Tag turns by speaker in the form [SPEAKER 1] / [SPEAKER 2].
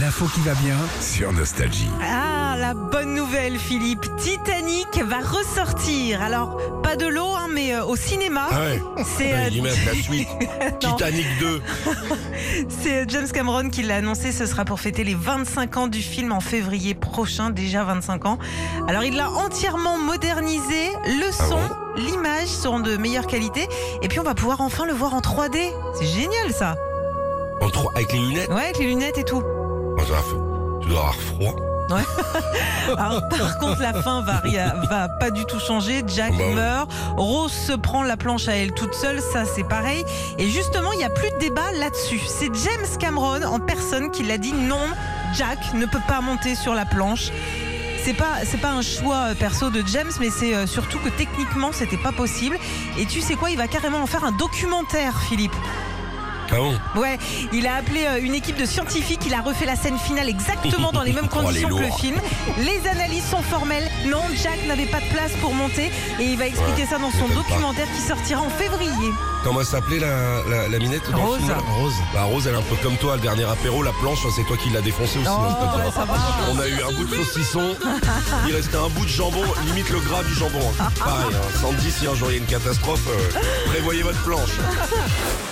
[SPEAKER 1] l'info qui va bien.
[SPEAKER 2] sur Nostalgie.
[SPEAKER 3] Ah, la bonne nouvelle, Philippe. Titanic va ressortir. Alors, pas de l'eau, hein, mais euh, au cinéma.
[SPEAKER 2] Ah ouais.
[SPEAKER 3] C'est
[SPEAKER 2] Ben,
[SPEAKER 3] euh,
[SPEAKER 2] Ils y mettent la suite.
[SPEAKER 3] non,
[SPEAKER 2] Titanic 2.
[SPEAKER 3] c'est euh, James Cameron qui l'a annoncé. Ce sera pour fêter les 25 ans du film en février prochain, déjà 25 ans. Alors, il l'a entièrement modernisé. Le
[SPEAKER 2] Ah
[SPEAKER 3] son, l'image seront de meilleure qualité. Et puis, on va pouvoir enfin le voir en 3D. C'est génial, ça.
[SPEAKER 2] En trois- avec les lunettes.
[SPEAKER 3] Ouais, avec les lunettes et tout.
[SPEAKER 2] Oh, ça fait- Tu dois avoir froid.
[SPEAKER 3] Alors, par contre, la fin va, ria- va pas du tout changer. Jack
[SPEAKER 2] Bah oui.
[SPEAKER 3] meurt. Rose se prend la planche à elle toute seule. Ça, c'est pareil. Et justement, il n'y a plus de débat là-dessus. C'est James Cameron en personne qui l'a dit non, Jack ne peut pas monter sur la planche. C'est pas, c'est pas un choix euh, perso de James, mais c'est euh, surtout que techniquement, c'était pas possible. Et tu sais quoi, il va carrément en faire un documentaire, Philippe.
[SPEAKER 2] Ah bon
[SPEAKER 3] Ouais, il a appelé euh, une équipe de scientifiques, il a refait la scène finale exactement dans les mêmes
[SPEAKER 2] Oh, les
[SPEAKER 3] conditions que le
[SPEAKER 2] lourds.
[SPEAKER 3] film. Les analyses sont formelles. Non, Jack n'avait pas de place pour monter et il va expliquer ça dans son
[SPEAKER 2] m'étonne pas.
[SPEAKER 3] documentaire qui sortira en février.
[SPEAKER 2] Comment elle s'appelait la, la, la minette dans le
[SPEAKER 3] Rose.
[SPEAKER 2] film, là
[SPEAKER 1] Rose.
[SPEAKER 2] Bah, Rose, elle est un peu comme toi, le dernier apéro, la planche, hein, c'est toi qui l'as défoncé aussi.
[SPEAKER 3] Oh,
[SPEAKER 2] hein, je peux dire.
[SPEAKER 3] ça va.
[SPEAKER 2] On a eu un bout de saucisson, il restait un bout de jambon, limite le gras du jambon. hein. Pareil, hein, Sandy, si un jour il y a une catastrophe, euh, prévoyez votre planche.